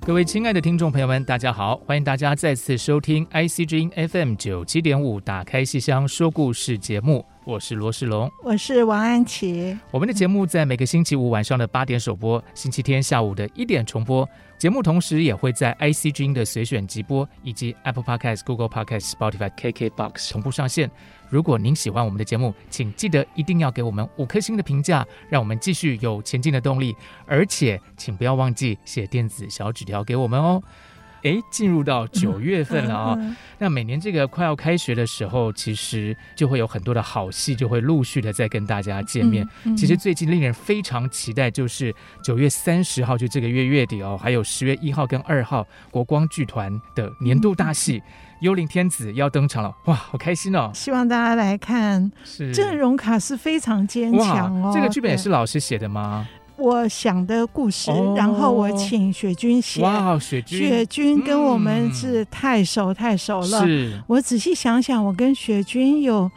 各位亲爱的听众朋友们，大家好！欢迎大家再次收听 IC 之音 FM 九七点五，打开戏箱说故事节目，我是罗世龙。我是王安琪。我们的节目在每个星期五晚上的八点首播，星期天下午的一点重播。节目同时也会在 IC 之音的随选直播，以及 Apple Podcast、Google Podcast、Spotify、KKBox 同步上线。如果您喜欢我们的节目，请记得一定要给我们五颗星的评价，让我们继续有前进的动力。而且，请不要忘记写电子小纸条给我们哦。诶，进入到九月份了 啊、嗯那每年这个快要开学的时候，其实就会有很多的好戏，就会陆续的再跟大家见面。嗯嗯其实最近令人非常期待，就是九月三十号，就这个月月底哦，还有十月一号跟二号，国光剧团的年度大嗯戏《幽灵天子》要登场了，哇，好开心哦！希望大家来看，是阵容卡是非常坚嗯哇强哦。，这个剧本也是对老师写的吗？我想的故事，哦然后我请雪君写。哇，雪君雪君跟我嗯们是太熟太熟了。是我仔细想想，我跟雪君有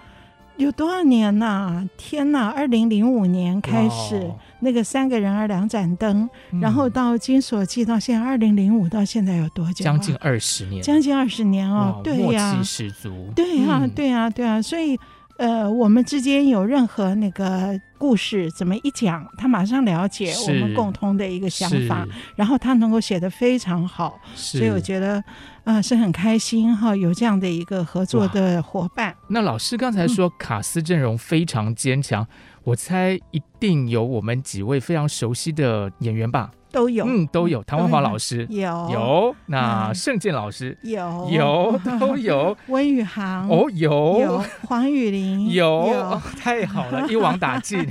有多少年呐、天呐，二零零五年开始哇，哦那个三个人儿两盏灯，嗯然后到《金锁记》到现在二零零五到现在有多久啊？将近二十年，将近二十年哦哇，对默呀、契十足，对呀、嗯对呀、对呀、啊所以呃，我们之间有任何那个故事，怎么一讲，他马上了解是我们共同的一个想法，是然后他能够写得非常好，所所以我觉得啊、呃是很开心哈，有这样的一个合作的伙伴。那老师刚才嗯说卡斯阵容非常坚强，我猜一定有我们几位非常熟悉的演员吧？都有、嗯，都有唐文华老师，有有那嗯哦盛健老师，有有 都有温宇航哦，嗯有有黄雨玲有有哦太好了，一网 打尽。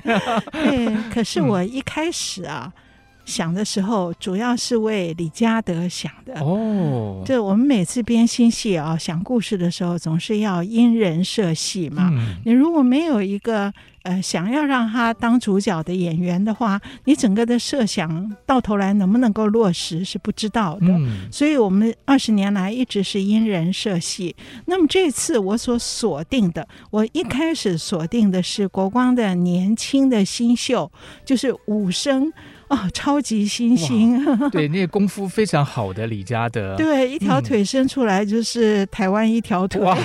对，可嗯是我一开始啊、想的时候，主要是为李嘉德想的。哦，就我们每次编新戏啊、想故事的时候，总是要因人设戏嘛。嗯，你如果没有一个呃想要让他当主角的演员的话，你整个的设想到头来能不能够落实是不知道的。嗯，所以我们二十年来一直是因人设戏。那么这次我所锁定的，我一开始锁定的是国光的年轻的新秀，就是武生哦，超级新星，对，那个功夫非常好的李嘉德，对，一条嗯腿伸出来就是台湾一条腿。 哇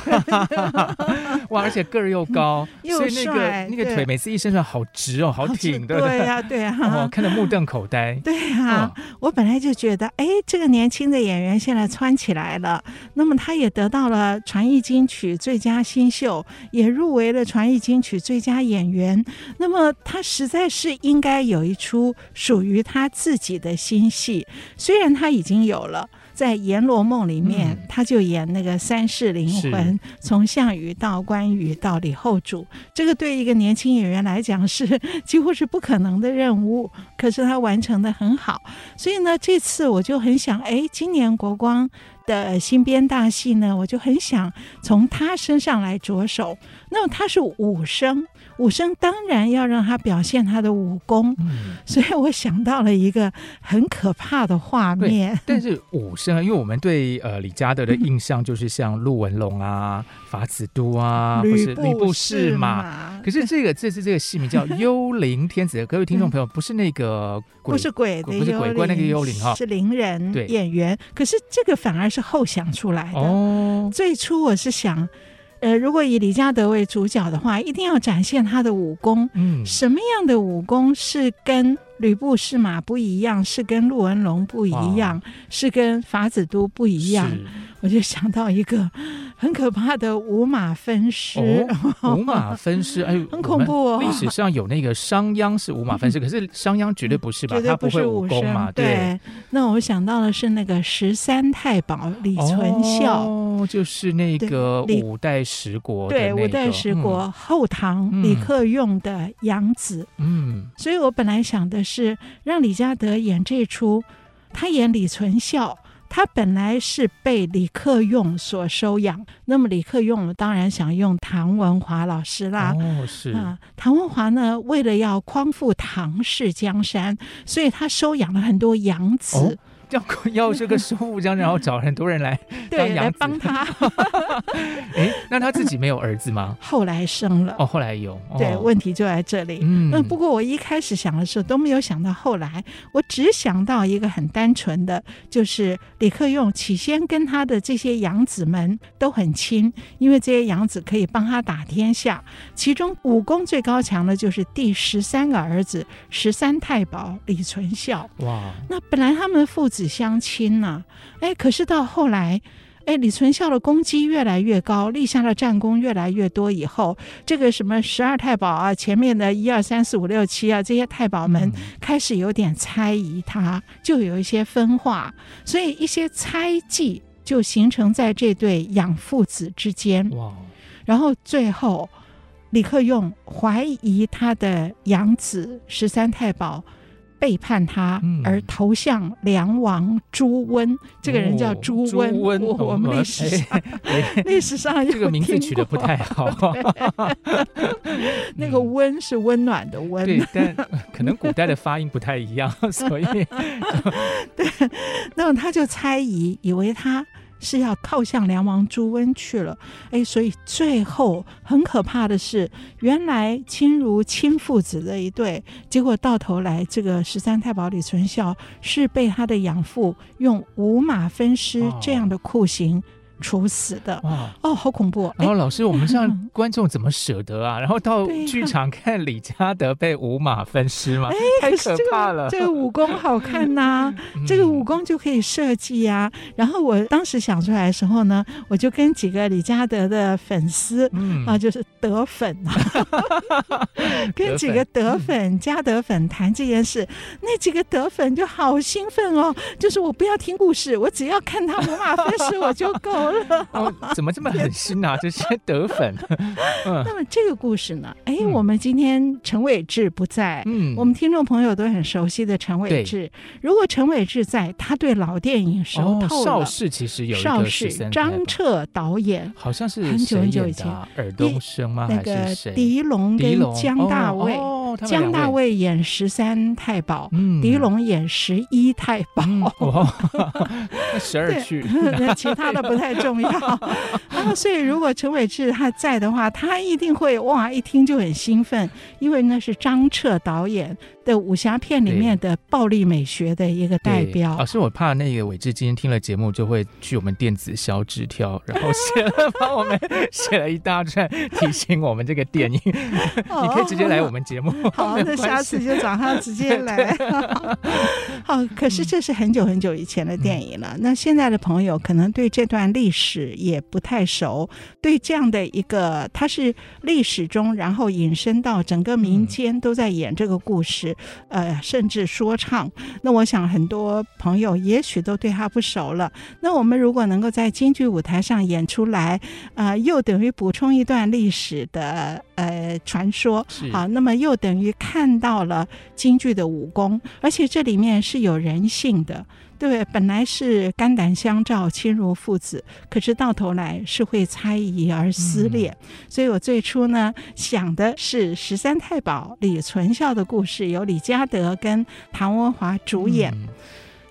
哇，而且个儿又高，又所以那帅个那个对腿每次一伸出来好直哦，好挺，对不 对对？呀、对 呀、哦，看得目瞪口呆。哦 对呀、我本来就觉得，哎，这个年轻的演员现在穿起来了，那么他也得到了传艺金曲最佳新秀，也入围了传艺金曲最佳演员。那么他实在是应该有一出属于他自己的新戏，虽然他已经有了。在《阎罗梦》里面，嗯他就演那个三世灵魂，从项羽到关羽到李后主，这个对一个年轻演员来讲是 几乎是不可能的任务。可是他完成的很好，所以呢，这次我就很想，哎，今年国光的新编大戏呢，我就很想从他身上来着手。那么他是武生，武生当然要让他表现他的武功， 嗯，所以我想到了一个很可怕的画面。但是武生，因为我们对呃李嘉嗯德的印象就是像陆文龙啊、法子都啊，或是吕布士士马。马，可是这个这次这个戏名 叫《幽灵天子》，各位听众朋友，不是那个鬼，嗯不是鬼的鬼不幽灵，是鬼怪那个幽灵哈是伶人对演员。可是这个反而是后想出来的。哦，最初我是想，呃，如果以李嘉德为主角的话，一定要展现他的武功。嗯，什么样的武功是跟吕布是马不一样，是跟陆文龙不一样，是跟法子都不一样？啊是我就想到一个很可怕的五马分尸。 哦，五马分尸，哎呦，很恐怖哦我们历史上有那个商鞅是五马 分尸，可是商鞅绝对不是吧绝？对他不会是武武功生嘛？对，那我想到的是那个十三太保李存孝，哦，就是那个对李五代十国的对那五代个十国、，后唐嗯李克用的养子。嗯所以我本来想的是让李嘉德演这出，他演李存孝。他本来是被李克用所收养，那么李克用当然想用唐文华老师嗯，啦。哦是，啊，唐文华呢，为了要匡复唐氏江山，所以他收养了很多养子，哦要要这个收复江山，然后找很多人 来，当对，养来子帮他。哎，那他自己没有儿子吗？后来生了，哦，后来有，哦对，问题就在这里。嗯，那不过我一开始想的时候都没有想到后来，我只想到一个很单纯的，就是李克用起先跟他的这些养子们都很亲，因为这些养子可以帮他打天下。其中武功最高强的就是第十三个儿子十三太保李存孝。哇，那本来他们父子相亲呢、哎，可是到后来，哎，李存孝的功绩越来越高，立下的战功越来越多以后，这个什么十二太保啊，前面的一二三四五六七啊，这些太保们嗯开始有点猜疑他，就有一些分化，所以一些猜忌就形成在这对养父子之间。哇，然后最后，李克用怀疑他的养子十三太保背叛他，嗯而投向梁王朱温。这个人叫哦朱朱温，温，我我们历史上、哎 哎历史上有这个名字听取得不过太好，那个温是温暖的 温，对，但可能古代的发音不太一样，所 以那么他就猜疑，以为他是要靠向梁王朱温去了。哎，所以最后很可怕的是，原来亲如亲父子的一对，结果到头来，这个十三太保李存孝是被他的养父用五马分尸哦这样的酷刑处死的。哇。哦，好恐怖！然哎后，老师，我们这样观众怎么舍得啊？然后到对呀剧场看李嘉德被五马分尸吗？哎太可是可这个怕了！嗯这个武功好看呐、 这个武功就可以设计啊。然后我当时想出来的时候呢，我就跟几个李嘉德的粉丝嗯啊，就是德粉，啊 跟几个嗯德粉、加德粉谈这件事，那几个德粉就好兴奋哦，就是我不要听故事，我只要看他五马分尸我就够了。哦，怎么这么狠心啊？这些德粉，嗯 那么这个故事呢？哎，嗯我们今天陈伟志不在。嗯， 我们听众朋友都很熟悉的陈伟对志，如果陈伟志在，他对老电影熟哦，透了。邵氏其实有一邵个氏十三太张保彻导演，好像是很久谁很久演以的啊尔第冬升吗？那还个是谁？狄龙狄跟龙江哦大卫，哦他们江两大卫演十三太保，嗯狄龙演十一太保。 嗯哇，那十二哦对 句其他的不太重 要，然后所以如果陈伟志他在的话，他一定会哇，一听就很兴奋，因为那是张彻导演的武侠片里面的暴力美学的一个代对表老。师，我怕那个伟志今天听了节目就会去我们电子小纸条，然后写 了帮我们写了一大串提醒我们这个 电影，哦你可以直接来我们节目。哦好， 没有那关下系次就找他直接来。 好，可是这是很久很久以前的电影了。那现在的朋友可能对这段历史也不太熟，对这样的一个，它是历史中，然后引申到整个嗯民间都在演这个故事，呃，甚至说唱。那我想很多朋友也许都对他不熟了。那我们如果能够在京剧舞台上演出来，呃，又等于补充一段历史的呃传说是，好，那么又等于看到了京剧的武功，而且这里面是有人性的，对不对？本来是肝胆相照、亲如父子，可是到头来是会猜疑而嗯撕裂。所以我最初呢想的是十三太保李存孝的故事，由李嘉德跟唐文华主演。嗯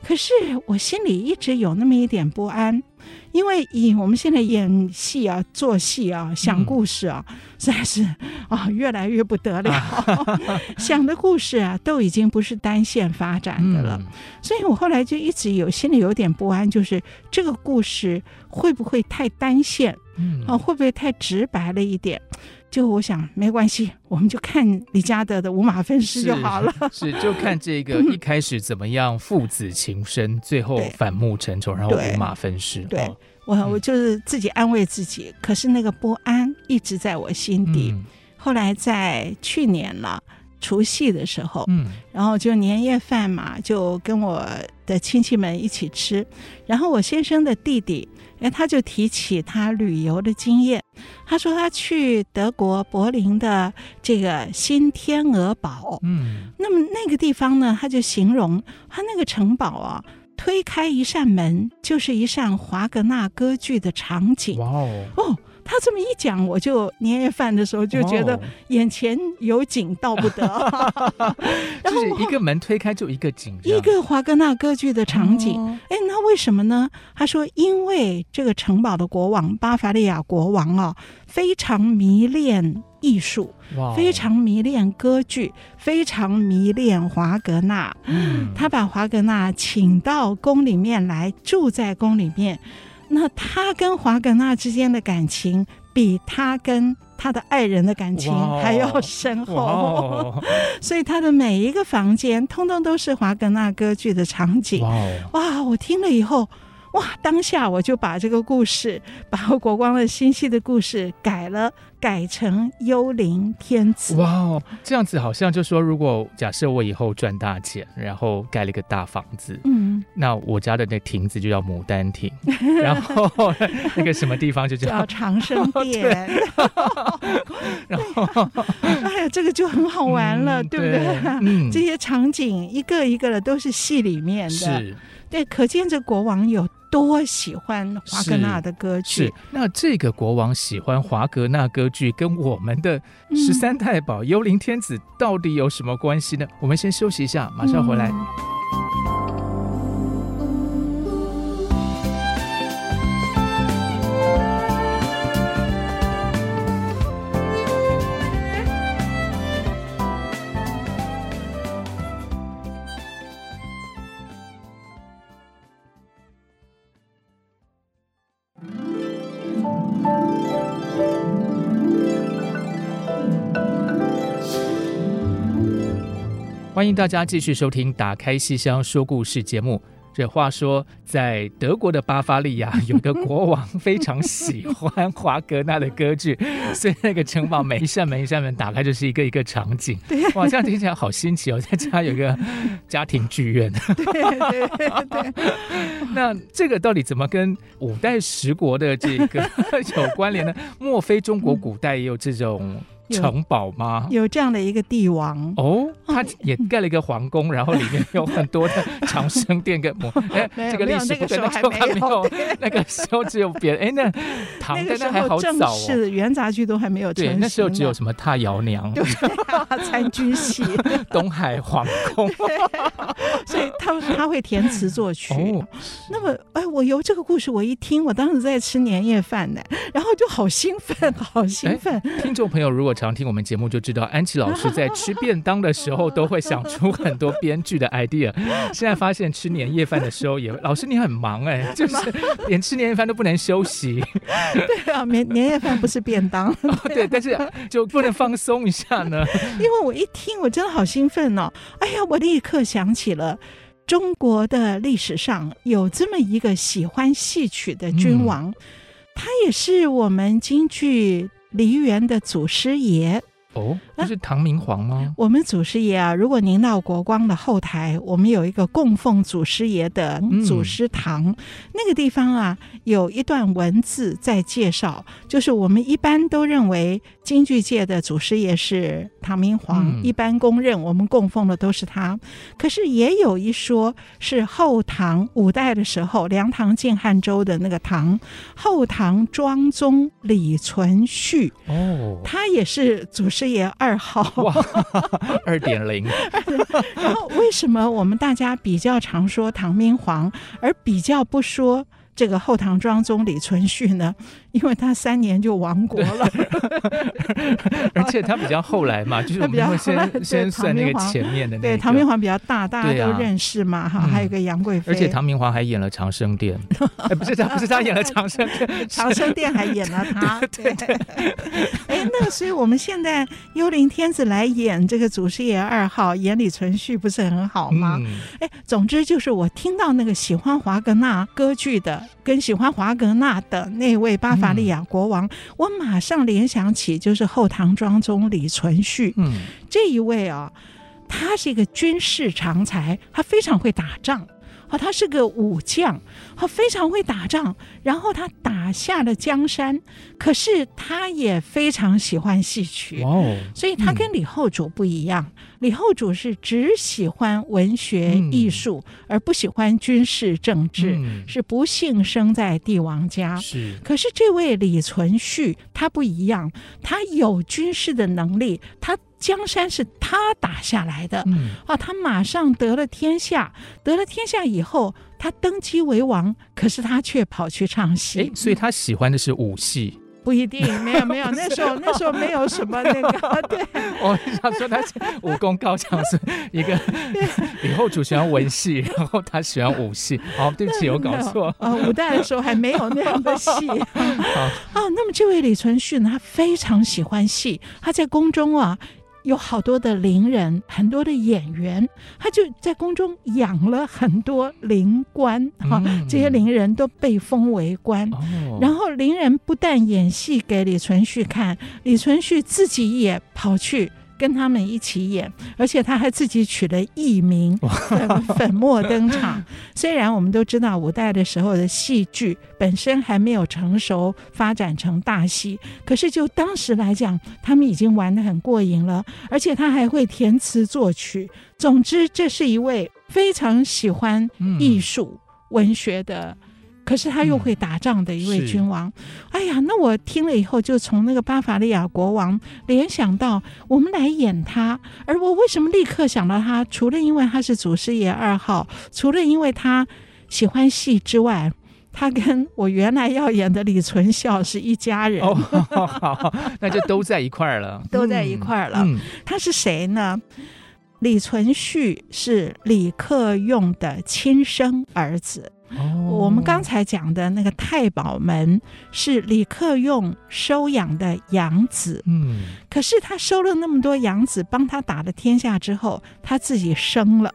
可是我心里一直有那么一点不安，因为以我们现在演戏啊、做戏啊、想故事啊，嗯实在是啊、越来越不得了。 想的故事啊，都已经不是单线发展的了。嗯所以我后来就一直有心里有点不安，就是这个故事会不会太单线嗯啊？会不会太直白了一点？就我想没关系，我们就看李嘉德的五马分尸就好了。是，是就看这 个一开始怎么样父子情深，最后对反目成仇，然后对五马分尸。对哦我我就是自己安慰自己，可是那个不安一直在我心底。嗯后来在去年了，除夕的时候，嗯然后就年夜饭嘛，就跟我的亲戚们一起吃。然后我先生的弟弟，哎，他就提起他旅游的经验，他说他去德国柏林的这个新天鹅堡。嗯那么那个地方呢，他就形容他那个城堡啊，推开一扇门就是一扇华格纳歌剧的场景。哇哦，哦，他这么一讲，我就年夜饭的时候就觉得哇哦眼前有景道不得，然后就是一个门推开就一个景这样，一个华格纳歌剧的场景。哎，那为什么呢？他说，因为这个城堡的国王巴伐利亚国王啊，非常迷恋艺术，哇哦非常迷恋歌剧，非常迷恋华格纳。嗯他把华格纳请到宫里面来，住在宫里面。那他跟华格纳之间的感情，比他跟他的爱人的感情哇哦还要深厚。哇 哦所以他的每一个房间，通通都是华格纳歌剧的场景哇。哦，哇，我听了以后。哇！当下我就把这个故事，把国光的心系的故事改了，改成《幽灵天子》。哇哦，这样子好像就说，如果假设我以后赚大钱，然后盖了一个大房子，嗯，那我家的那亭子就叫牡丹亭， 然后那个什么地方就叫叫，长生殿。然后 哎呀，这个就很好玩了，嗯对不对？嗯， 这些场景一个一个的都是戏里面的，是对，可见这国王有多喜欢华格纳的歌是剧。。那这个国王喜欢华格纳歌剧，跟我们的嗯十三太保、幽灵天子到底有什么关系呢？我们先休息一下，马上回来。嗯欢迎大家继续收听《打开戏箱说故事》节目。这话说，在德国的巴伐利亚有个国王非常喜欢华格纳的歌剧，所以那个城堡每一扇门一扇门打开就是一个一个场景。哇，这样听起来好新奇哦！在家有个家庭剧院，对对对对，那这个到底怎么跟五代十国的这个有关联呢？莫非中国古代也有这种城堡吗？有这样的一个帝王，哦，他也盖了一个皇宫，然后里面有很多的长生殿跟 墓。哎，没有这个没历有史那不个对，时候那还时候还没没有有，那个时候只有别人。哎，那唐 那代个时那还好候正早哦。式元杂剧都还没有成对，型那时候只有呢 什么踏瑶娘、对参军戏， 东海皇 宫。所以他他会填词作曲。哦，那么，哎，我由这个故事我一听，我当时在吃年夜饭呢，然后就好兴奋， 好兴奋。听众朋友如果常听我们节目，就知道安琪老师在吃便当的时候都会想出很多编剧的 idea。现在发现吃年夜饭的时候也，老师你很忙哎、 就是连吃年夜饭都不能休息。哦对啊，年年夜饭不是便当， 对，但是就不能放松一下呢？因为我一听，我真的好兴奋哦！哎呀，我立刻想起了中国的历史上有这么一个喜欢戏曲的君王，他也是我们京剧梨园的祖师爷。哦，不是唐明皇吗？我们祖师爷啊，如果您到国光的后台，我们有一个供奉祖师爷的嗯祖师堂，那个地方啊，有一段文字在介绍，就是我们一般都认为京剧界的祖师爷是唐明皇，嗯一般公认我们供奉的都是他。可是也有一说是后唐五代的时候，梁唐晋汉周的那个唐，后唐庄宗李存勖，哦，他也是祖师爷二号。哇，二点 零，然后为什么我们大家比较常说唐明皇，而比较不说这个后唐庄宗李存勖呢？ 因为他三年就亡国 了。而且他比较后来 嘛，就是我们会他比较后来先先算那对唐明个皇前面的那对，个。唐明皇比较大，大家对啊都认识嘛，哈、嗯还有个杨贵妃，而且唐明皇还演了《长生 殿》哎，不是他，不是他演了《长生殿》是，长生殿还演了 他，对 哎，那所以我们现在幽灵天子来演这个祖师爷二号，演李存勖不是很好吗？嗯，哎，总之就是我听到那个喜欢华格纳歌剧的，跟喜欢华格纳的那位巴伐利亚国王，我马上联想起就是《后唐庄》中李存勖嗯，这一位啊，他是一个军事常才，他非常会打仗。哦，他是个武将，他非常会打仗，然后他打下了江山，可是他也非常喜欢戏曲。哇哦，所以他跟李后主不一样，李后主是只喜欢文学嗯艺术，而不喜欢军事政治，嗯是不幸生在帝王家。是，可是这位李存勖他不一样，他有军事的能力，他江山是他打下来的。嗯，哦，他马上得了天下，得了天下以后，他登基为王，可是他却跑去唱戏。哎，所以他喜欢的是武 戏。不一定，没有没有，那时候那时候没有什么那 个，对，我哦想说他是武功高强，是一 个李后主喜欢文戏，然后他喜欢武戏。哦， 对不起，我搞错。啊、呃，五代的时候还没有那样的 戏啊。嗯那么这位李存勖呢，他非常喜欢戏，他在宫中啊。有好多的伶人，很多的演员，他就在宫中养了很多伶官哈、嗯这些伶人都被封为官。哦，然后伶人不但演戏给李存勖看，李存勖自己也跑去跟他们一起演，而且他还自己取了艺名，粉粉墨登场。 虽然我们都知道五代的时候的戏剧本身还没有成熟发展成大戏，可是就当时来讲，他们已经玩得很过瘾了，而且他还会填词作曲。总之，这是一位非常喜欢嗯艺术、文学的，可是他又嗯会打仗的一位是君王。哎呀，那我听了以后，就从那个巴伐利亚国王联想到我们来演他，而我为什么立刻想到他？除了因为他是祖师爷二号，除了因为他喜欢戏之外。他跟我原来要演的李存孝是一家人，哦，好好好，那就都在一块儿 了，都在一块儿了嗯，他是谁呢？李存勖是李克用的亲生儿子。嗯哦我们刚才讲的那个太保门是李克用收养的养子，嗯，可是他收了那么多养子，帮他打了天下之后，他自己生了，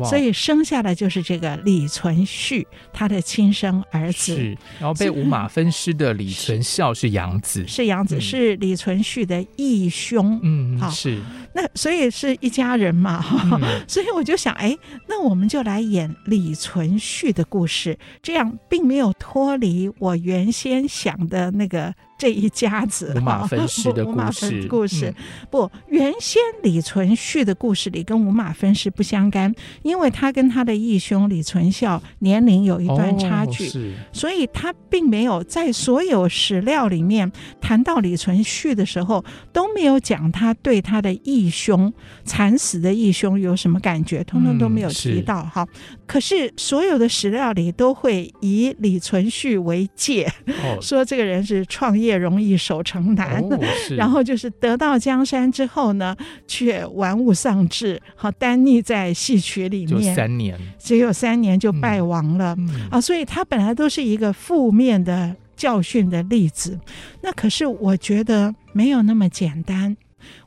哇 所以生下来就是这个李存勖，他的亲生儿子。是，然后被五马分尸的李存孝是养子，是养子，嗯是李存勖的义兄，嗯，好是，那所以是一家人嘛，哈。嗯所以我就想，哎，那我们就来演李存勖的故事，这样并没有脱离我原先想的那个这一家子五马哈分尸的 五故马事嗯分故事、不，原先李存勖的故事里跟五马分尸不相干，因为他跟他的义兄李存孝年龄有一段差哦距，是，所以他并没有在所有史料里面谈到李存勖的时候，都没有讲他对他的义兄惨死的义兄有什么感觉，通通都嗯没有提到哈、可是所有的史料里都会以李存勖为界，哦，说这个人是创业容易守成难。哦是，然后就是得到江山之后呢，却玩物丧志，好单溺在戏曲里就面，三年，只有三年就败嗯亡了。嗯，啊，所以它本来都是一个负面的教训的例子。那可是我觉得没有那么简单。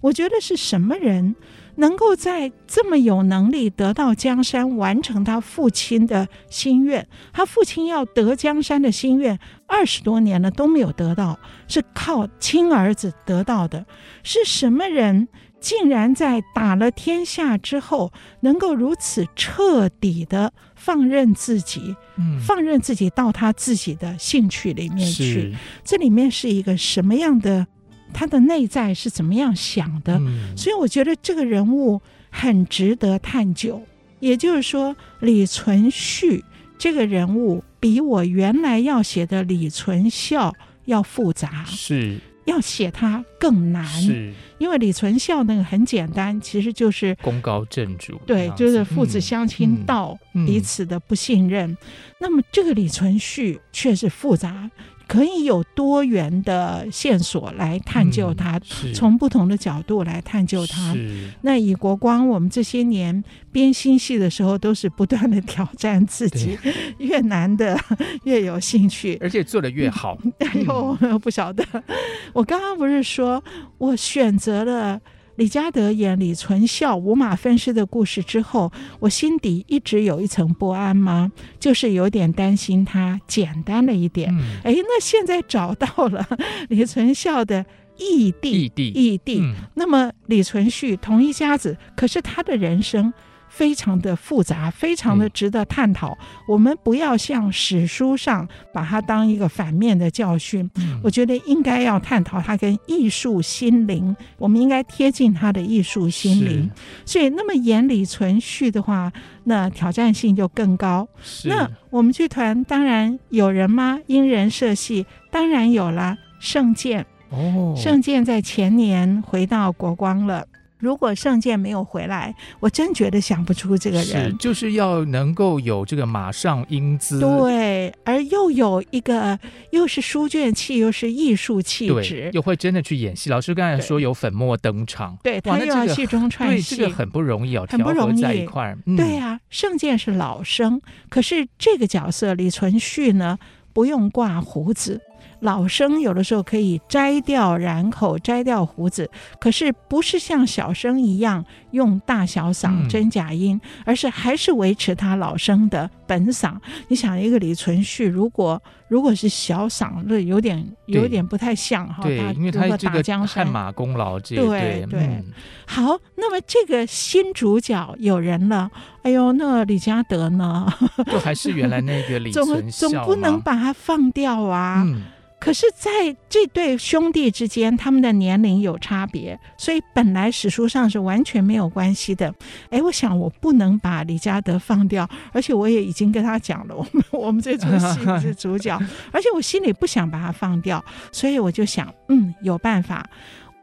我觉得是什么人能够在这么有能力得到江山，完成他父亲的心愿？他父亲要得江山的心愿，二十多年了都没有得到，是靠亲儿子得到的。是什么人竟然在打了天下之后，能够如此彻底的放任自己，嗯放任自己到他自己的兴趣里面去。是这里面是一个什么样的，他的内在是怎么样想的？嗯所以我觉得这个人物很值得探究。也就是说，李存勖这个人物比我原来要写的李存孝要复杂，是要写他更难。是因为李存孝那个很简单，其实就是功高震主这对样，子，就是父子嗯相亲嗯到嗯彼此的不信任。那么这个李存勖却是复杂，可以有多元的线索来探究它，嗯是从不同的角度来探究它。是那以国光，我们这些年编新戏的时候，都是不断的挑战自己， 越难的越有兴趣。而且做的越好，哎呦，我不晓得。 我刚刚不是说我选择了李嘉德演李存孝五马分尸的故事之后，我心底一直有一层不安吗？就是有点担心他简单了一点。嗯，哎，那现在找到了李存孝的异异地，地，异地。嗯那么李存勖同一家子，可是他的人生非常的复杂，非常的嗯值得探讨。我们不要像史书上把它当一个反面的教训，嗯我觉得应该要探讨它跟艺术心灵，我们应该贴近它的艺术心灵。所以，那么演李存勖的话，那挑战性就更高。是那我们剧团当然有人吗？因人设戏，当然有啦。圣剑。哦，圣剑在前年回到国光了。如果圣剑没有回来，我真觉得想不出这个是人。就是要能够有这个马上英姿，对，而又有一个又是书卷气，又是艺术气对，质，又会真的去演戏。老师刚才对说有粉墨登场，对哇他那又这要个戏中串对，戏，这个很不容易哦，很不调和容在易一块儿，嗯对啊，圣剑是老生，可是这个角色李存勖呢，不用挂胡子。老生有的时候可以摘掉染口、摘掉胡子，可是不是像小生一样用大小嗯嗓、真假音，而是还是维持他老生的本嗓。你想，一个李存勖如果如果是小嗓，那有点有对点不太像哈。对，因为啊如他果这打个江山汗马功劳这对对嗯好，那么这个新主角有人了，哎呦，那李嘉德呢？就还是原来那个李 总存孝总不能吗把它放掉啊。嗯可是，在这对兄弟之间，他们的年龄有差别，所以本来史书上是完全没有关系的。哎，我想我不能把李嘉德放掉，而且我也已经跟他讲了，我们我们这出戏是 主角，而且我心里不想把他放掉，所以我就想，嗯，有办法，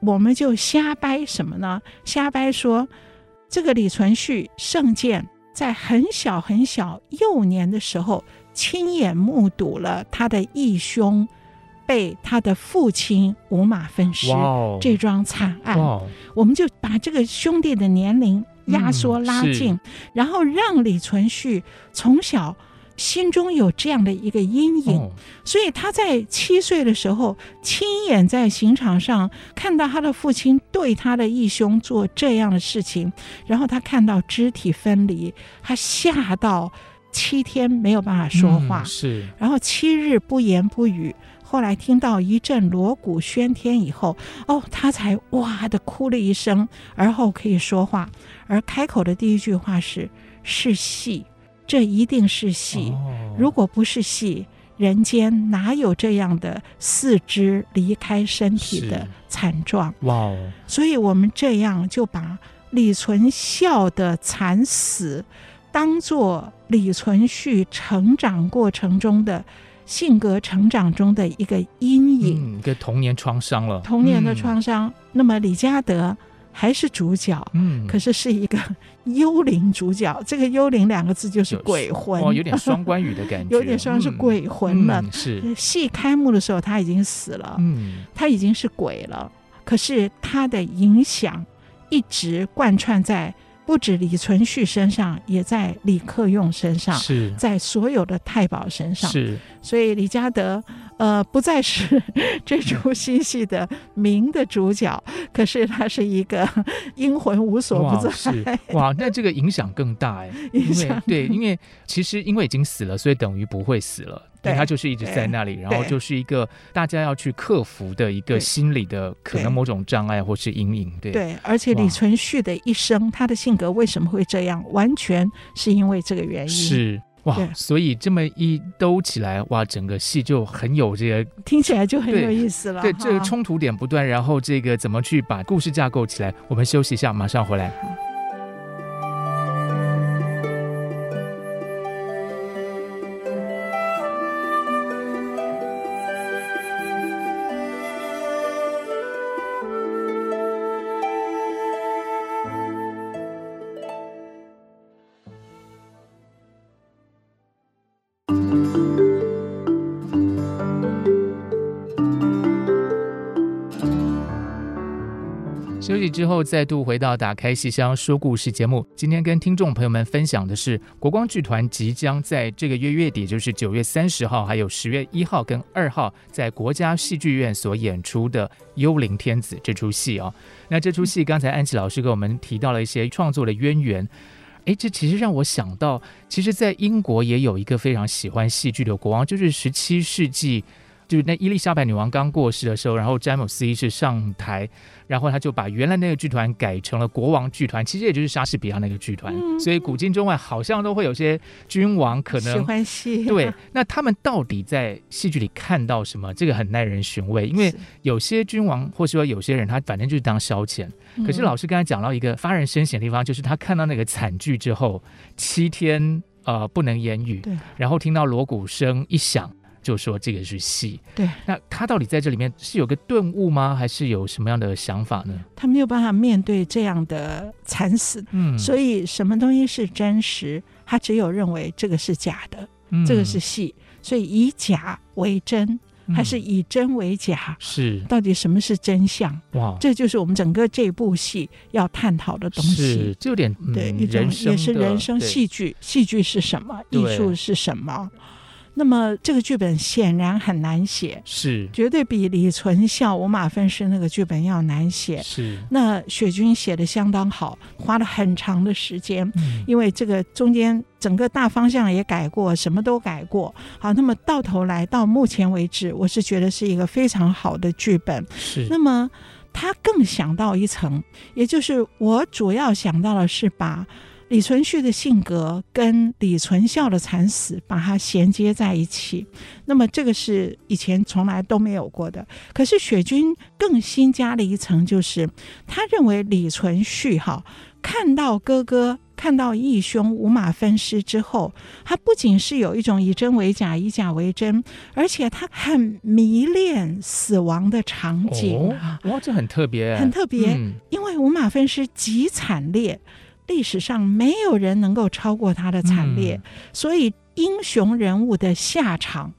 我们就瞎掰什么呢？瞎掰说，这个李存勖圣剑在很小很小幼年的时候，亲眼目睹了他的义兄被他的父亲五马分尸哇哦这桩惨案。哇哦我们就把这个兄弟的年龄压缩嗯拉近，然后让李存勖从小心中有这样的一个阴影，哦所以他在七岁的时候亲眼在刑场上看到他的父亲对他的义兄做这样的事情，然后他看到肢体分离，他吓到七天没有办法说嗯话，是然后七日不言不语。后来听到一阵锣鼓喧天以后，哦，他才哇的哭了一声，而后可以说话，而开口的第一句话是：“是戏，这一定是戏。哦如果不是戏，人间哪有这样的四肢离开身体的是惨状？哇哦所以我们这样就把李存孝的惨死当做李存勖成长过程中的性格成长中的一个阴影、嗯，一个童年创伤了，童年的嗯创伤。那么李嘉德还是主角。嗯，可是是一个幽灵主角， 这个“幽灵”两个字就是有鬼魂，哦，有点双关语的感觉， 有点像是嗯鬼魂了。嗯是戏开幕的时候他已经死了，嗯他已经是鬼了，可是他的影响一直贯穿在不止李存勖身上，也在李克用身上，是在所有的太保身上。是所以李嘉德，呃，不再是 这出新戏的名的主角，可是他是一个 阴魂无所哇不是 在，哇，那这个影响更大 哎，影因为响对，因为其实因为已经死了，所以等于不会死了。因为对他就是一直在那里，然后对就是一个大家要去克服的一个对心理的可能对某种障碍或是阴影，对，对，而且哇李存勖的一生，他的性格为什么会这样，完全是因为这个原因。是哇对，所以这么一兜起来，哇，整个戏就很有这个听起来就很对有意思了。对这个哈冲突点不断，然后这个怎么去把故事架构起来？我们休息一下，马上回来。息之后，再度回到打开戏箱说故事节目。今天跟听众朋友们分享的是国光剧团即将在这个月月底，就是九月三十号，还有十月一号跟二号，在国家戏剧院所演出的《幽灵天子》这出戏哦。那这出嗯戏，刚才安琪老师给我们提到了一些创作的渊源。哎，这其实让我想到，其实，在英国也有一个非常喜欢戏剧的国王，就是十七世纪，就是那伊丽莎白女王刚过世的时候，然后詹姆斯一世上台，然后他就把原来那个剧团改成了国王剧团，其实也就是莎士比亚那个剧团，嗯所以古今中外好像都会有些君王可喜能。欢戏， 对，那他们到底在戏剧里看到什么？这个很耐人寻味，因为是有些君王或者说有些人，他反正就是当消遣。可是嗯老师刚才讲到一个发人深省的地方，就是他看到那个惨剧之后，七天呃不能言语，对然后听到锣鼓声一响，就说这个是戏。对，那他到底在这里面是有个顿悟吗？还是有什么样的想法呢？他没有办法面对这样的惨死，嗯，所以、以什么东西是真实，他只有认为这个是假的，这个是戏，所以以假为真，嗯还是以真为假？是到底什么是真相？哇，这就是我们整个这部戏要探讨的东是西。这有点、嗯、对，一种人生也是的人生对戏剧，戏剧是什么？艺对术是什么？那么这个剧本显然很难写，是绝对比李存孝、五马分尸那个剧本要难写。是那雪君写的相当好，花了很长的时间，嗯因为这个中间整个大方向也改过，什么都改过。好，那么到头来到目前为止，我是觉得是一个非常好的剧本。是那么他更想到一层，也就是我主要想到的是把。李存勖的性格跟李存孝的惨死把它衔接在一起，那么这个是以前从来都没有过的。可是雪君更新加了一层，就是他认为李存勖哈看到哥哥。看到义兄五马分尸之后，他不仅是有一种以真为假、以假为真，而且他很迷恋死亡的场景啊哦，，哇，这很特别，很特别。嗯因为五马分尸极惨烈，历史上没有人能够超过他的惨烈，嗯所以英雄人物的下场，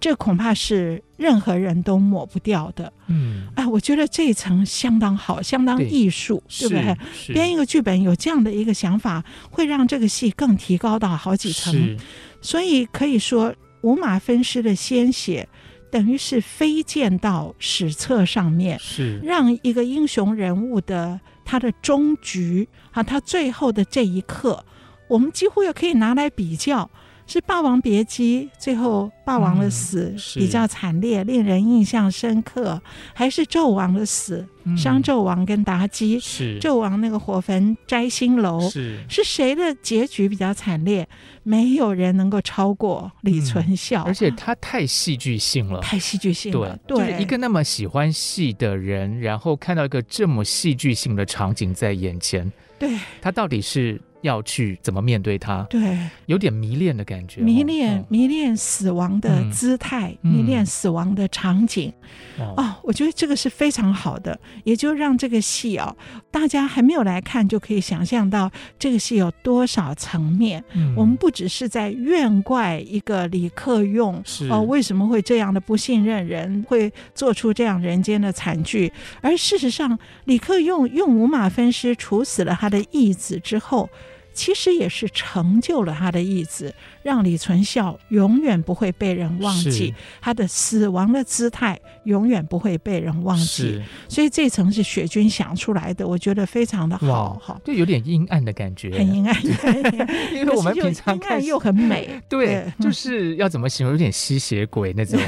这恐怕是任何人都抹不掉的。嗯，哎，我觉得这一层相当好，相当对艺术，是对不对？是编一个剧本有这样的一个想法，会让这个戏更提高到好几层。是所以可以说，五马分尸的鲜血，等于是飞溅到史册上面。是让一个英雄人物的他的终局啊，他最后的这一刻，我们几乎也可以拿来比较。是《霸王别姬》，最后霸王的嗯死是比较惨烈，令人印象深刻；还是纣王的死，嗯商纣王跟妲己，是纣王那个火焚摘星楼，是是谁的结局比较惨烈？没有人能够超过李嗯存孝，而且它太戏剧性了。太戏剧性了对。，就是一个那么喜欢戏的人，然后看到一个这么戏剧性的场景在眼前，对他到底是要去怎么面对它？对。有点迷恋的感觉哦，迷恋嗯迷恋死亡的姿态，嗯迷恋死亡的场景、哦，哦，我觉得这个是非常好的，也就让这个戏哦，大家还没有来看就可以想象到这个戏有多少层面。嗯我们不只是在怨怪一个李克用是哦，为什么会这样的不信任人，会做出这样人间的惨剧？而事实上，李克用用五马分尸处死了他的义子之后，其实也是成就了他的义子，让李存孝永远不会被人忘记是，他的死亡的姿态永远不会被人忘记。是所以这层是雪君想出来的，我觉得非常的好，哇好，就有点阴暗的感觉，很阴暗， 因为我们可是又平常阴看暗又很美。对，对就是要怎么形容，有点吸血鬼 那种，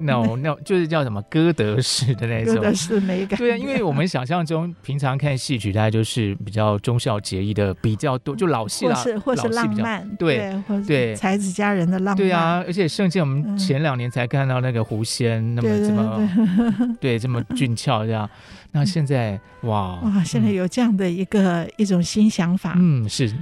那种那种就是叫什么歌德式的那有种，的是美 感。对啊，因为我们想象中平常看戏曲，大概就是比较忠孝节义的比较多，就老戏嗯或啦，是或老是戏比较浪漫，对或是对才子佳人的浪漫，对啊，而且圣经我们嗯前两年才看到那个狐仙，那么对对这么对，对这么俊俏这样，那现在哇哇，现在有这样的一个、一种新想法。嗯是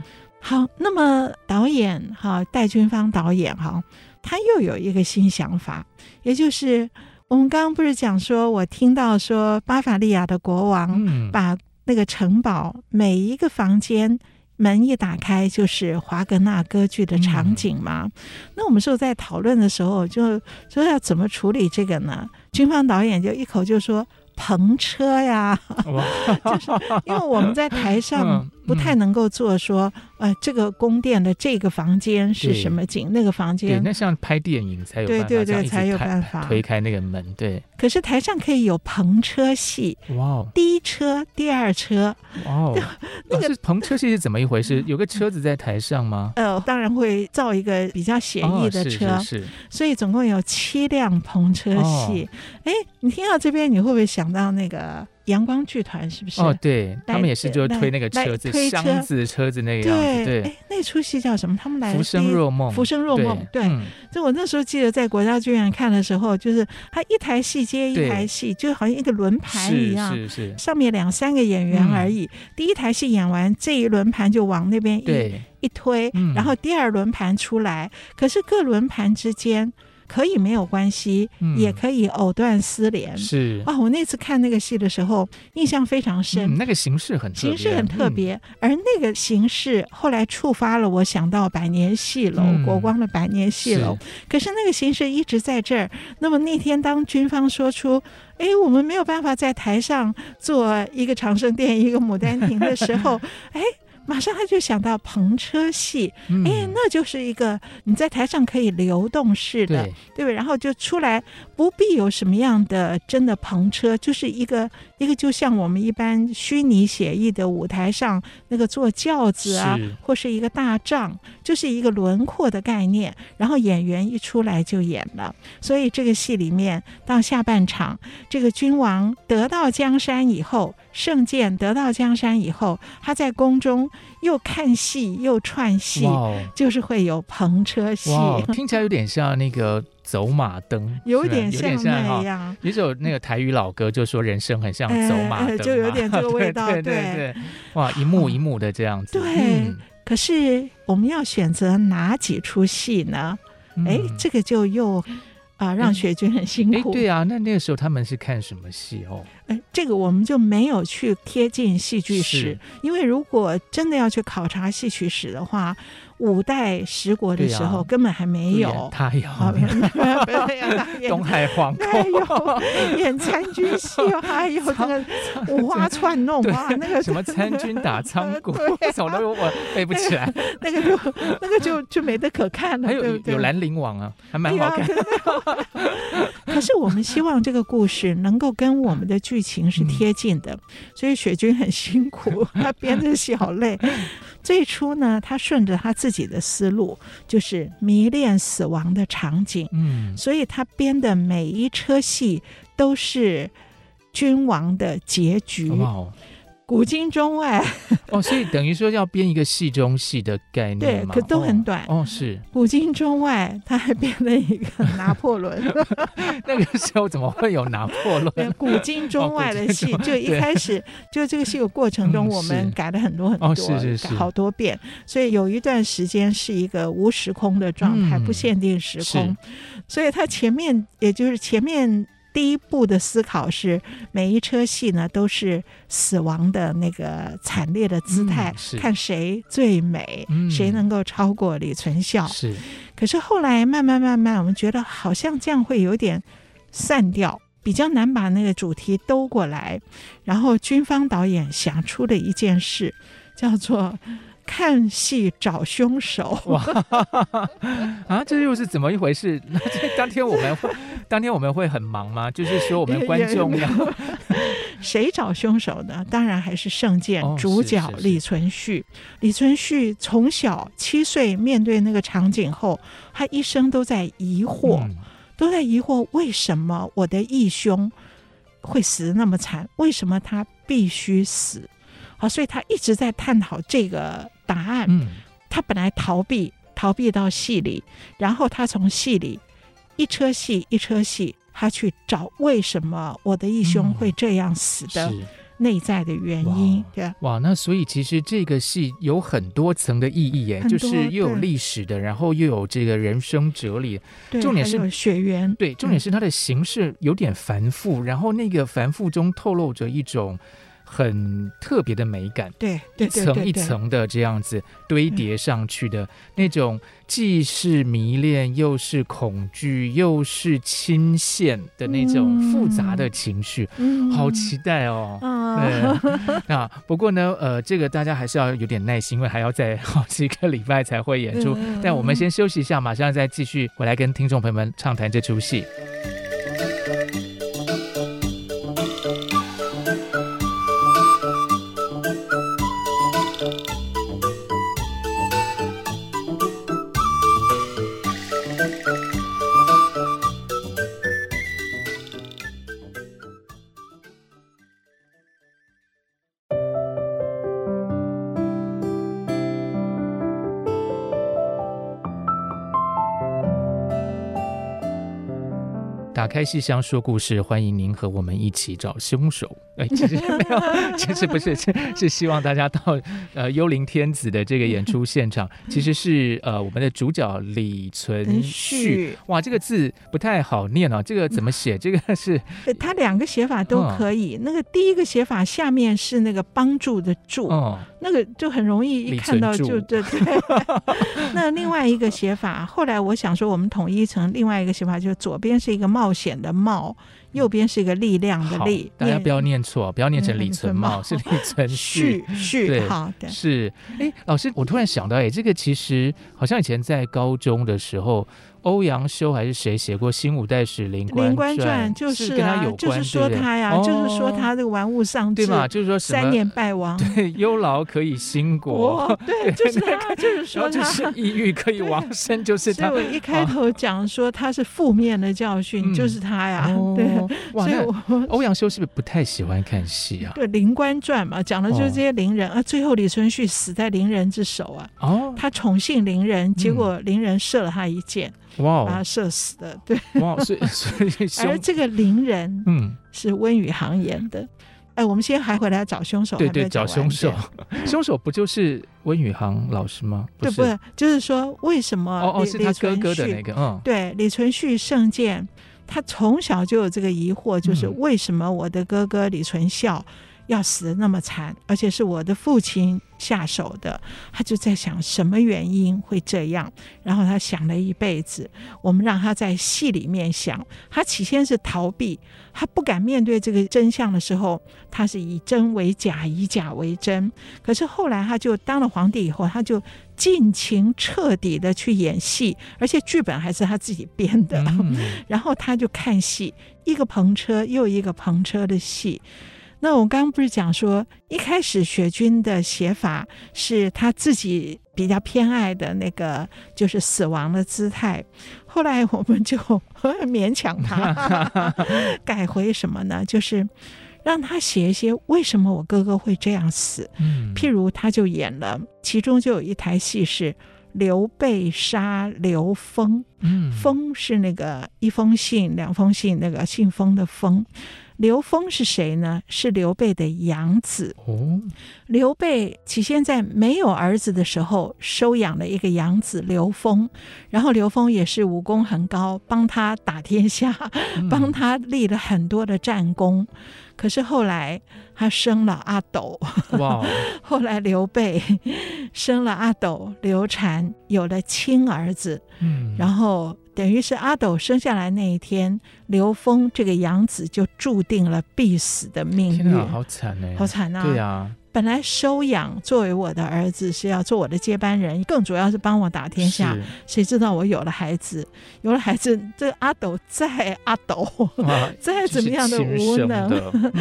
好，那么导演哈，戴军芳导演哈，他又有一个新想法，也就是我们刚刚不是讲说，我听到说巴伐利亚的国王嗯把那个城堡每一个房间。门一打开就是华格纳歌剧的场景嘛。嗯那我们说在讨论的时候就，说要怎么处理这个呢？军方导演就一口就说篷车呀， 哇， 就是因为我们在台上嗯不太能够做说，呃，这个宫殿的这个房间是对什么景，那个房对，间那像拍电影才有对办法对这样对一直才有开办法推开那个门，对，可是台上可以有篷车戏，哇哦第一车、第二车，哇哦， 那那个个篷车戏是怎么一回事？有个车子在台上吗？呃，当然会造一个比较写意的车，哦、是是哦是所以总共有七辆篷车戏。哎、你听到这边，你会不会想到那个阳光剧团？是不是？哦，对来他们也是就推那个来车子来推车箱子车子那个样子，对，对，哎，那出戏叫什么？他们来浮生若梦，浮生若梦，对，嗯就我那时候记得在国家剧院看的时候，就是它一台戏接一对台戏，就好像一个轮盘一样，是嗯是是，上面两三个演员而已。第一台戏演完，这一轮盘就往那边一对，一推嗯，然后第二轮盘出来。可是各轮盘之间可以没有关系，嗯也可以藕断丝连。哦是，嗯哇，我那次看那个戏的时候，印象非常深。嗯，那个形式很特别嗯形式很特，别，而那个形式后来触发了我想到百年戏楼，嗯国光的百年戏楼。可是那个形式一直在这儿。那么那天当军方说出“哎，我们没有办法在台上做一个长生殿、一个牡丹亭”的时候，哎。马上他就想到篷车戏，是嗯哎，那就是一个你在台上可以流动式的，对，对不对？然后就出来，不必有什么样的真的篷车，就是一个一个就像我们一般虚拟写意的舞台上那个坐轿子啊是，或是一个大帐，就是一个轮廓的概念。然后演员一出来就演了，所以这个戏里面到下半场，这个君王得到江山以后，圣剑得到江山以后，他在宫中又看戏又串戏哇。哦就是会有篷车戏，哇哦，听起来有点像那个走马灯，有是吧点有点像像那哈。样。有一首那个台语老歌就说人生很像走马灯嘛、哎哎就有点这个味道哦对对对，哇，一幕一幕的这样子。对嗯可是我们要选择哪几出戏呢？嗯哎、这个就又啊、让嗯雪君很辛哎苦。对啊，那那个时候他们是看什么戏哦？哎这个我们就没有去贴近戏剧史是，因为如果真的要去考察戏曲史的话，五代十国的对啊时候根本还没有。他有 啊没有没有没有大雁东海皇哎宫，呦，演参军戏哦，还有那个五花串弄对啊，那个，什么参军打仓谷 对啊 什么都我背不起来。那个就那个就就没得可看了，还有对不对？有兰陵王啊，还蛮对好啊看。可是没有 可是我们希望这个故事能够跟我们的剧情是贴近嗯的，所以雪君很 辛苦，他编的戏好累。最初呢，他顺着他自己的思路，就是迷恋死亡的场景， 嗯，所以他编的每一车戏都是君王的结局，哇哦古今中外。哦，所以等于说要编一个戏中戏的概念对嘛，可都很哦短哦，是古今中外，他还编了一 个拿破仑，那个时候怎么会有拿破 对仑？古今中外的戏，哦古今中就一开始就这个戏的过程中，嗯我们是改了很多很多，哦是是是改好多遍，所以有一段时间是一个无时空的状态，嗯不限定时空是，所以它前面也就是前面。第一步的思考是，每一车戏呢都是死亡的那个惨烈的姿态嗯，是看谁最美，嗯谁能够超过李存孝。是可是后来慢慢慢慢，我们觉得好像这样会有点散掉，比较难把那个主题兜过来。然后军方导演想出了一件事，叫做看戏找凶手。哇啊，这又是怎么一回事？ 那这当天我们会，当天我们会很忙吗？就是说我 们观众要 谁找凶手呢？当然还是圣剑、哦主是角是是李存勖。李存勖从小七岁面对那个场景后，他一生都在疑惑。嗯都在疑惑为什么我的义兄会死得那么惨，为什么他必须死？好，所以他一直在探讨这个答案。嗯，他本来逃避，逃避到戏里，然后他从戏里一车戏一车戏，他去找为什么我的义兄嗯会这样死的是内在的原因哇，对吧哇，那所以其实这个戏有很多层的意义耶，很就多是又有对历史的，然后又有这个人生哲理。对，重点还是有血缘，对，重点是它的形式有点繁复，然后那个繁复中透露着一种。很特别的美感，对一对对层对嗯一对，层的这样子堆叠上去的那种，既是迷恋，又是恐惧，又是亲羡的那种嗯复杂的情绪，嗯好期待哦。啊， 对，那不过呢，呃，这个大家还是要有点耐心，因为还要再好几个礼拜才会演出。嗯但我们先休息一下，马上再继续回来跟听众朋友们畅谈这出戏。打开戏箱说故事，欢迎您和我们一起找凶手。哎，其 实没有，其实不是， 是是希望大家到呃幽灵天子的这个演出现场，其实是呃我们的主角李存嗯存旭旭。哇，这个字不太好念哦，这个怎么写？这个是呃它两个写法嗯都可以。那个第一个写法下面是那个帮助的助，哦，那个就很容易一李看到存就柱对对。 那另外一个写法，后来我想说，我们统一成另外一个写法，就是左边是一个冒险的冒，右边是一个力量的嗯好力，，大家念不要念错，不要念成嗯李存茂，李是存李存旭旭。旭对好的，是，哎，老师，我突然想到，哎，这个其实好像以前在高中的时候，欧阳修还是谁写过《新五代史灵《灵官官传》就是是跟他啊有，就关，是对说不对他呀，就是说他哦这个玩物丧对志，嘛，就是说什么三年败亡。对忧劳可以兴国， 我对，就是他，就是然后说就他。是 抑郁 可以亡身，就是所以他。啊哦我一开头讲说他是负面的教训，嗯就是他呀，哦啊对，，哇，所以那 我欧阳修是不是不太喜欢看戏啊？ 对《灵官传》嘛，讲的哦就是这些伶人、啊。最后李存勖死在伶人之手啊，哦，他宠幸伶人，结果伶人射了他一箭，哇把他嗯哦，射死的。对，哇哦，所以所以 而凶，这个伶人嗯，是温宇航演的。哎，我们先还回来找凶手，对哦还没对，有找讲凶完手， 凶手不就是温宇航老师吗？对是，不对？就是说为什么哦哦，李是他哥哥的李存那勖个，嗯，对，李存勖圣剑，他从小就有这个疑惑，就是嗯为什么我的哥哥李存孝要死的那么惨，而且是我的父亲下手的？他就在想什么原因会这样，然后他想了一辈子。我们让他在戏里面想，他起先是逃避，他不敢面对这个真相的时候，他是以真为假，以假为真。可是后来他就当了皇帝以后，他就尽情彻底的去演戏，而且剧本还是他自己编的。嗯， 然后他就看戏，一个篷车又一个篷车的戏。那我刚刚不是讲说，一开始雪军的写法是他自己比较偏爱的那个，就是死亡的姿态。后来我们就 勉强他改回什么呢？就是让他写一些为什么我哥哥会这样死，嗯譬如他就演了，其中就有一台戏是刘备杀刘封。嗯封是那个一封信、两封信，那个信封的封。刘封是谁呢？是刘备的养子。哦，刘备起先在没有儿子的时候，收养了一个养子刘封，然后刘封也是武功很高，帮他打天下，嗯帮他立了很多的战功。可是后来他生了阿斗， 哇哦，后来刘备生了阿斗刘禅，有了亲儿子嗯，然后后等于是阿斗生下来那一天，刘峰这个养子就注定了必死的命天运，哪，好惨哎，好惨啊！对啊，本来收养作为我的儿子是要做我的接班人，更主要是帮我打天下。是谁知道我有了孩子，有了孩子，这阿斗再阿斗， 哇，再这怎么是样的亲无生能，的，嗯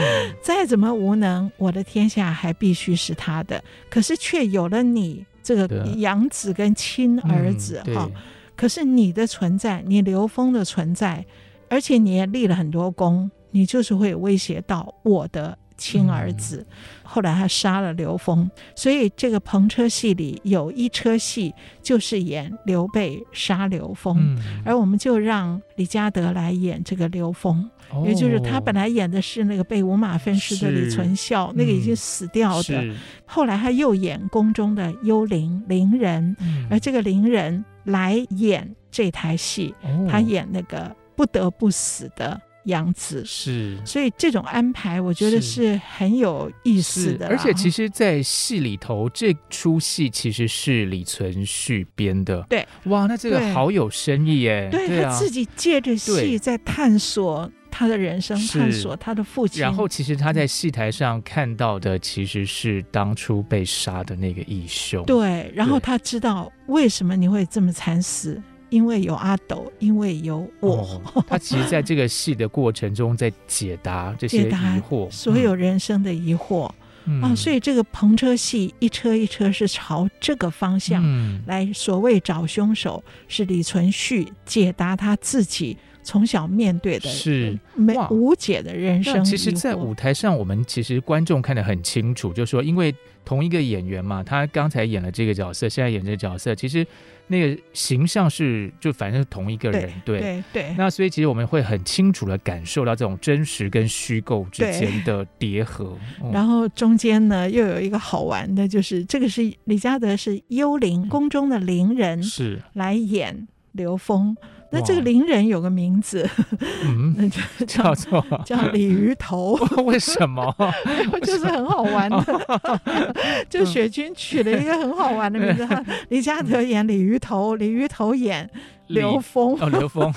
再怎么无能，我的天下还必须是他的。可是却有了你这个对啊养子跟亲 儿子哈、嗯对可是你的存在，你刘峰的存在，而且你也立了很多功，你就是会威胁到我的亲儿子。嗯后来他杀了刘峰，所以这个篷车戏里有一车戏就是演刘备杀刘峰，嗯，而我们就让李嘉德来演这个刘峰，哦也就是他本来来演的是那个被五马分尸的李是存孝，那个已嗯经死掉的。是，后来他又演宫中的幽灵伶人。嗯而这个伶人来演这台戏，哦他演那个不得不死的养子，是所以这种安排我觉得是很有意思是，的啦。啊而且其实，在戏里头，这出戏其实是李存勖编的。对，哇，那这个对好有深意耶！对对他啊。自己借着对戏在探索他的人生，是探索他的父亲。然后，其实他在戏台上看到的其实是当初被杀的那个义兄。对，然后对他知道为什么你会这么惨死，因为有阿斗，因为有我，哦他其实在这个戏的过程中，在解答这些解疑答惑，所有人生的疑惑、嗯啊。所以这个篷车戏一车一车是朝这个方向嗯来所谓找凶手，是李存勖解答他自己从小面对的是没哇无解的人那生。其实，在舞，台上，我们其实观众看得很清楚，就说因为同一个演员嘛，他刚才演了这个角色，现在演这个角色，其实那个形象是就反正是同一个人，对。对对那所以其实我们会很清楚的感受到这种真实跟虚构之间的叠合。嗯然后中间呢，又有一个好玩的，就是这个是李嘉德是幽灵宫中的伶人是，来演刘峰。那哇这个伶人有个名字， 嗯，叫叫做 叫鲤鱼 头，为什么？ 就是很好玩的。 嗯就雪军取了一个很好玩的名字，他 李嘉德演鲤鱼头，鲤鱼头演刘李峰。哦，刘 峰，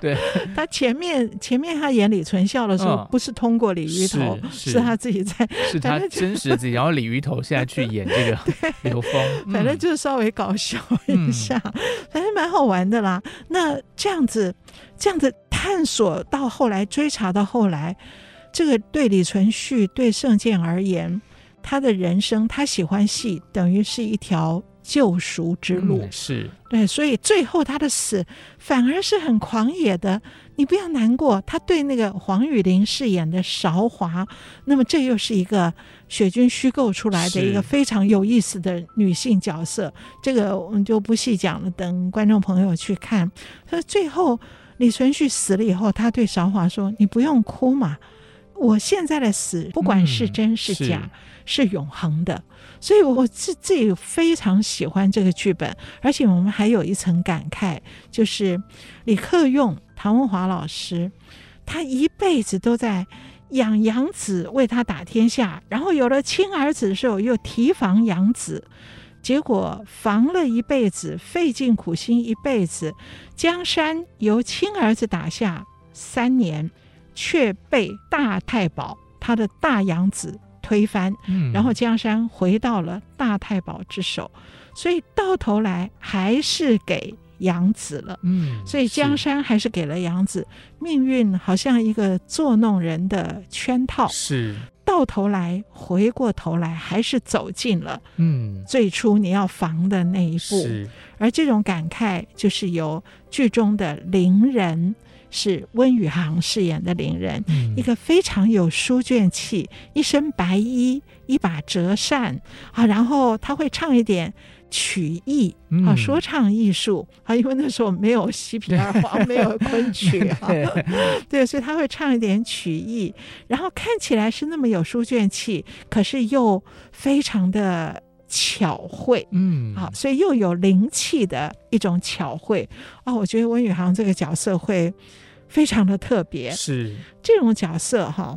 对，他前面前面他演李存孝的时候嗯，不是通过鲤鱼头，是是是他自己在，是他反正就真实的自己，然后鲤鱼头现在去演这 个刘峰，嗯反正就是稍微搞笑一下，反正蛮好玩的啦。那这样子，这样子探索到后来，追查到后来，这个对李存勖对圣剑而言，他的人生他喜欢戏，等于是一条救赎之路。嗯是对，所以最后他的死反而是很狂野的。你不要难过，他对那个黄雨玲饰演的韶华，那么这又是一个雪军虚构出来的是一个非常有意思的女性角色。这个我们就不细讲了，等观众朋友去看。所以最后李存勖死了以后，他对韶华说：“你不用哭嘛。”我现在的死，不管是嗯真是是假，是永恒的。所以我我自自己非常喜欢这个剧本，而且我们还有一层感慨，就是李克用、唐文华老师，他一辈子都在养养子，为他打天下，然后有了亲儿子的时候又提防养子。结果防了一辈子，费尽苦心一辈子，江山由亲儿子打下三年，却被大太保他的大养子推翻，嗯然后江山回到了大太保之手，所以到头来还是给养子了。嗯，所以江是山还是给了养子，命运好像一个捉弄人的圈套，是到头来回过头来还是走进了嗯最初你要防的那一步。是而这种感慨，就是由剧中的伶人是温宇航饰演的伶人，嗯一个非常有书卷气，一身白衣，一把折扇啊，然后他会唱一点曲艺啊，嗯说唱艺术啊，因为那时候没有西皮二黄，没有昆 曲啊，对，所以他会唱一点曲艺，然后看起来是那么有书卷气，可是又非常的巧慧。嗯好，所以又有灵气的一种巧慧哦，我觉得温宇航这个角色会非常的特别。是这种角色哈、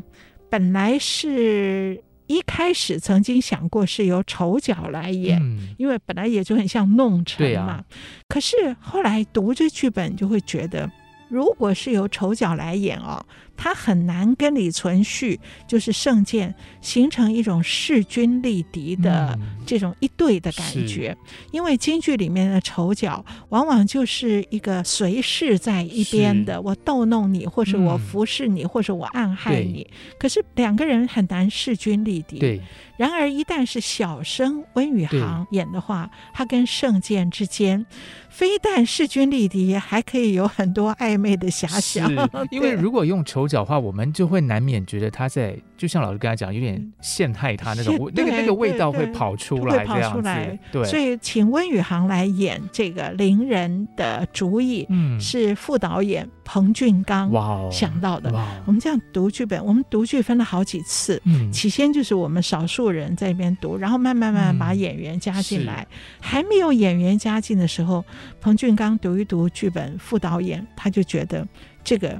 本来是一开始曾经想过是由丑角来演，嗯因为本来也就很像弄臣对嘛。啊可是后来读这剧本就会觉得。如果是由丑角来演哦，他很难跟李存勖就是圣剑形成一种势均力敌的嗯这种一对的感是觉，因为京剧里面的丑角往往就是一个随侍在一边的，我逗弄你，或是我嗯服侍你，或是我暗害对你。可是两个人很难势均力敌。对然而，一旦是小生温宇航演的话，他跟圣剑之间，非但势均力敌，还可以有很多暧昧的遐是 想。因为对如果用丑角的话，我们就会难免觉得他在，就像老师刚才讲，有点陷害他那种陷味，那个嗯对那个味对道会对跑出会来跑这样出来子，对，所以，请温宇航来演这个伶人的主意，嗯是副导演彭俊刚哇哦想到的。哇哦我们这样读剧本，我们读剧分了好几次。嗯起先就是我们少数人在那边读，然后慢慢慢慢把嗯演员加是进来。还没有演员加进的时候，彭俊刚读一读剧本，副导演他就觉得这个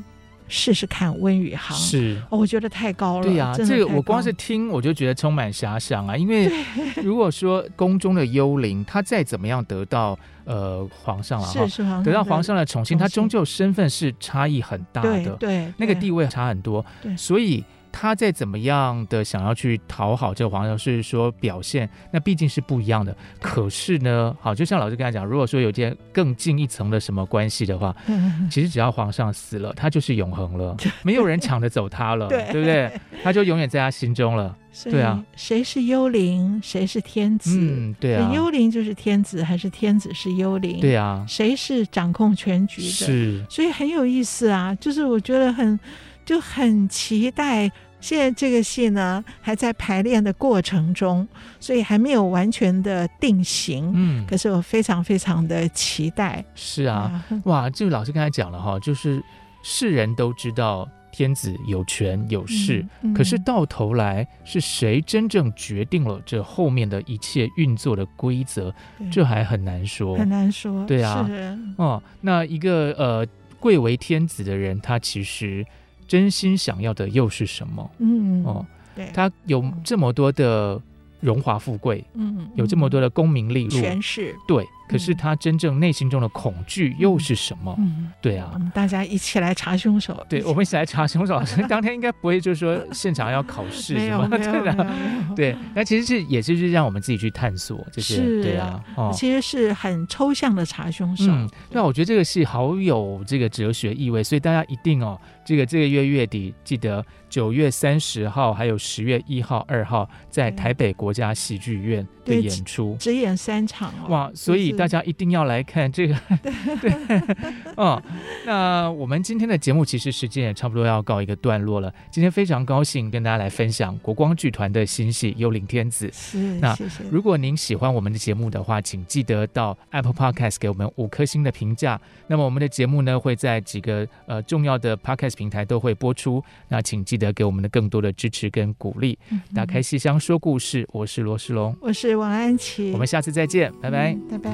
试试看温宇航。是。哦，我觉得太高了。对呀、真的这个太我光高是听我就觉得充满遐想啊，因为 如果说宫中的幽灵，他再怎么样得到呃皇上了哈是，是皇上得到的皇上的宠幸，宠他终幸究身份是差异很大对的，对那个对 地位差很多对，所以。他再怎么样的想要去讨好这个皇上，是说表现，那毕竟是不一样的。可是呢，好，就像老师刚才讲，如果说有件更进一层的什么关系的话，嗯其实只要皇上死了，他就是永恒了，没有人抢得走他 了，对不对？他就永远在他心中了。所对啊以谁是幽灵，谁是天子？嗯，对啊所以，幽灵就是天子，还是天子是幽灵？对啊，谁是掌控全局的？是所以很有意思啊，就是我觉得很就很期待。现在这个戏呢还在排练的过程中，所以还没有完全的定型。嗯，可是我非常非常的期待是啊，！哇，这个老师刚才讲了哈，就是世人都知道天子有权有势，嗯嗯可是到头来是谁真正决定了这后面的一切运作的规则，对这还很难说。嗯很难说。对啊是哦，那一个呃贵为天子的人，他其实真心想要的又是什么？嗯，哦，对，他有这么多的荣华富贵，嗯有这么多的功名利禄，诠释，对，可是他真正内心中的恐惧又是什么？嗯，对我啊。们大家一起来查凶手。对，我们一起来查凶手老师当天应该不会就是说现场要考试没什有么没有没对有啊，没有对，那其实是也就是让我们自己去探索这些，是对啊，哦，其实是很抽象的查凶手。嗯，对啊，我觉得这个戏好有这个哲学意味，所以大家一定哦，这个这个月月底记得九月三十号还有十月一号、二号在对台北国家喜剧院的对演出，只演三场哦。哇，所以大家一定要来看这个， 对，嗯，那我们今天的节目其实时间也差不多要告一个段落了。今天非常高兴跟大家来分享国光剧团的新戏《幽灵天子》。是那谢谢。如果您喜欢我们的节目的话，请记得到 Apple Podcast 给我们五颗星的评价。那么我们的节目呢，会在几个呃重要的 Podcast 平台都会播出。那请记得给我们的更多的支持跟鼓励。打开戏箱说故事，我是罗世龙，我是王安琪，我们下次再见，拜拜。嗯拜拜。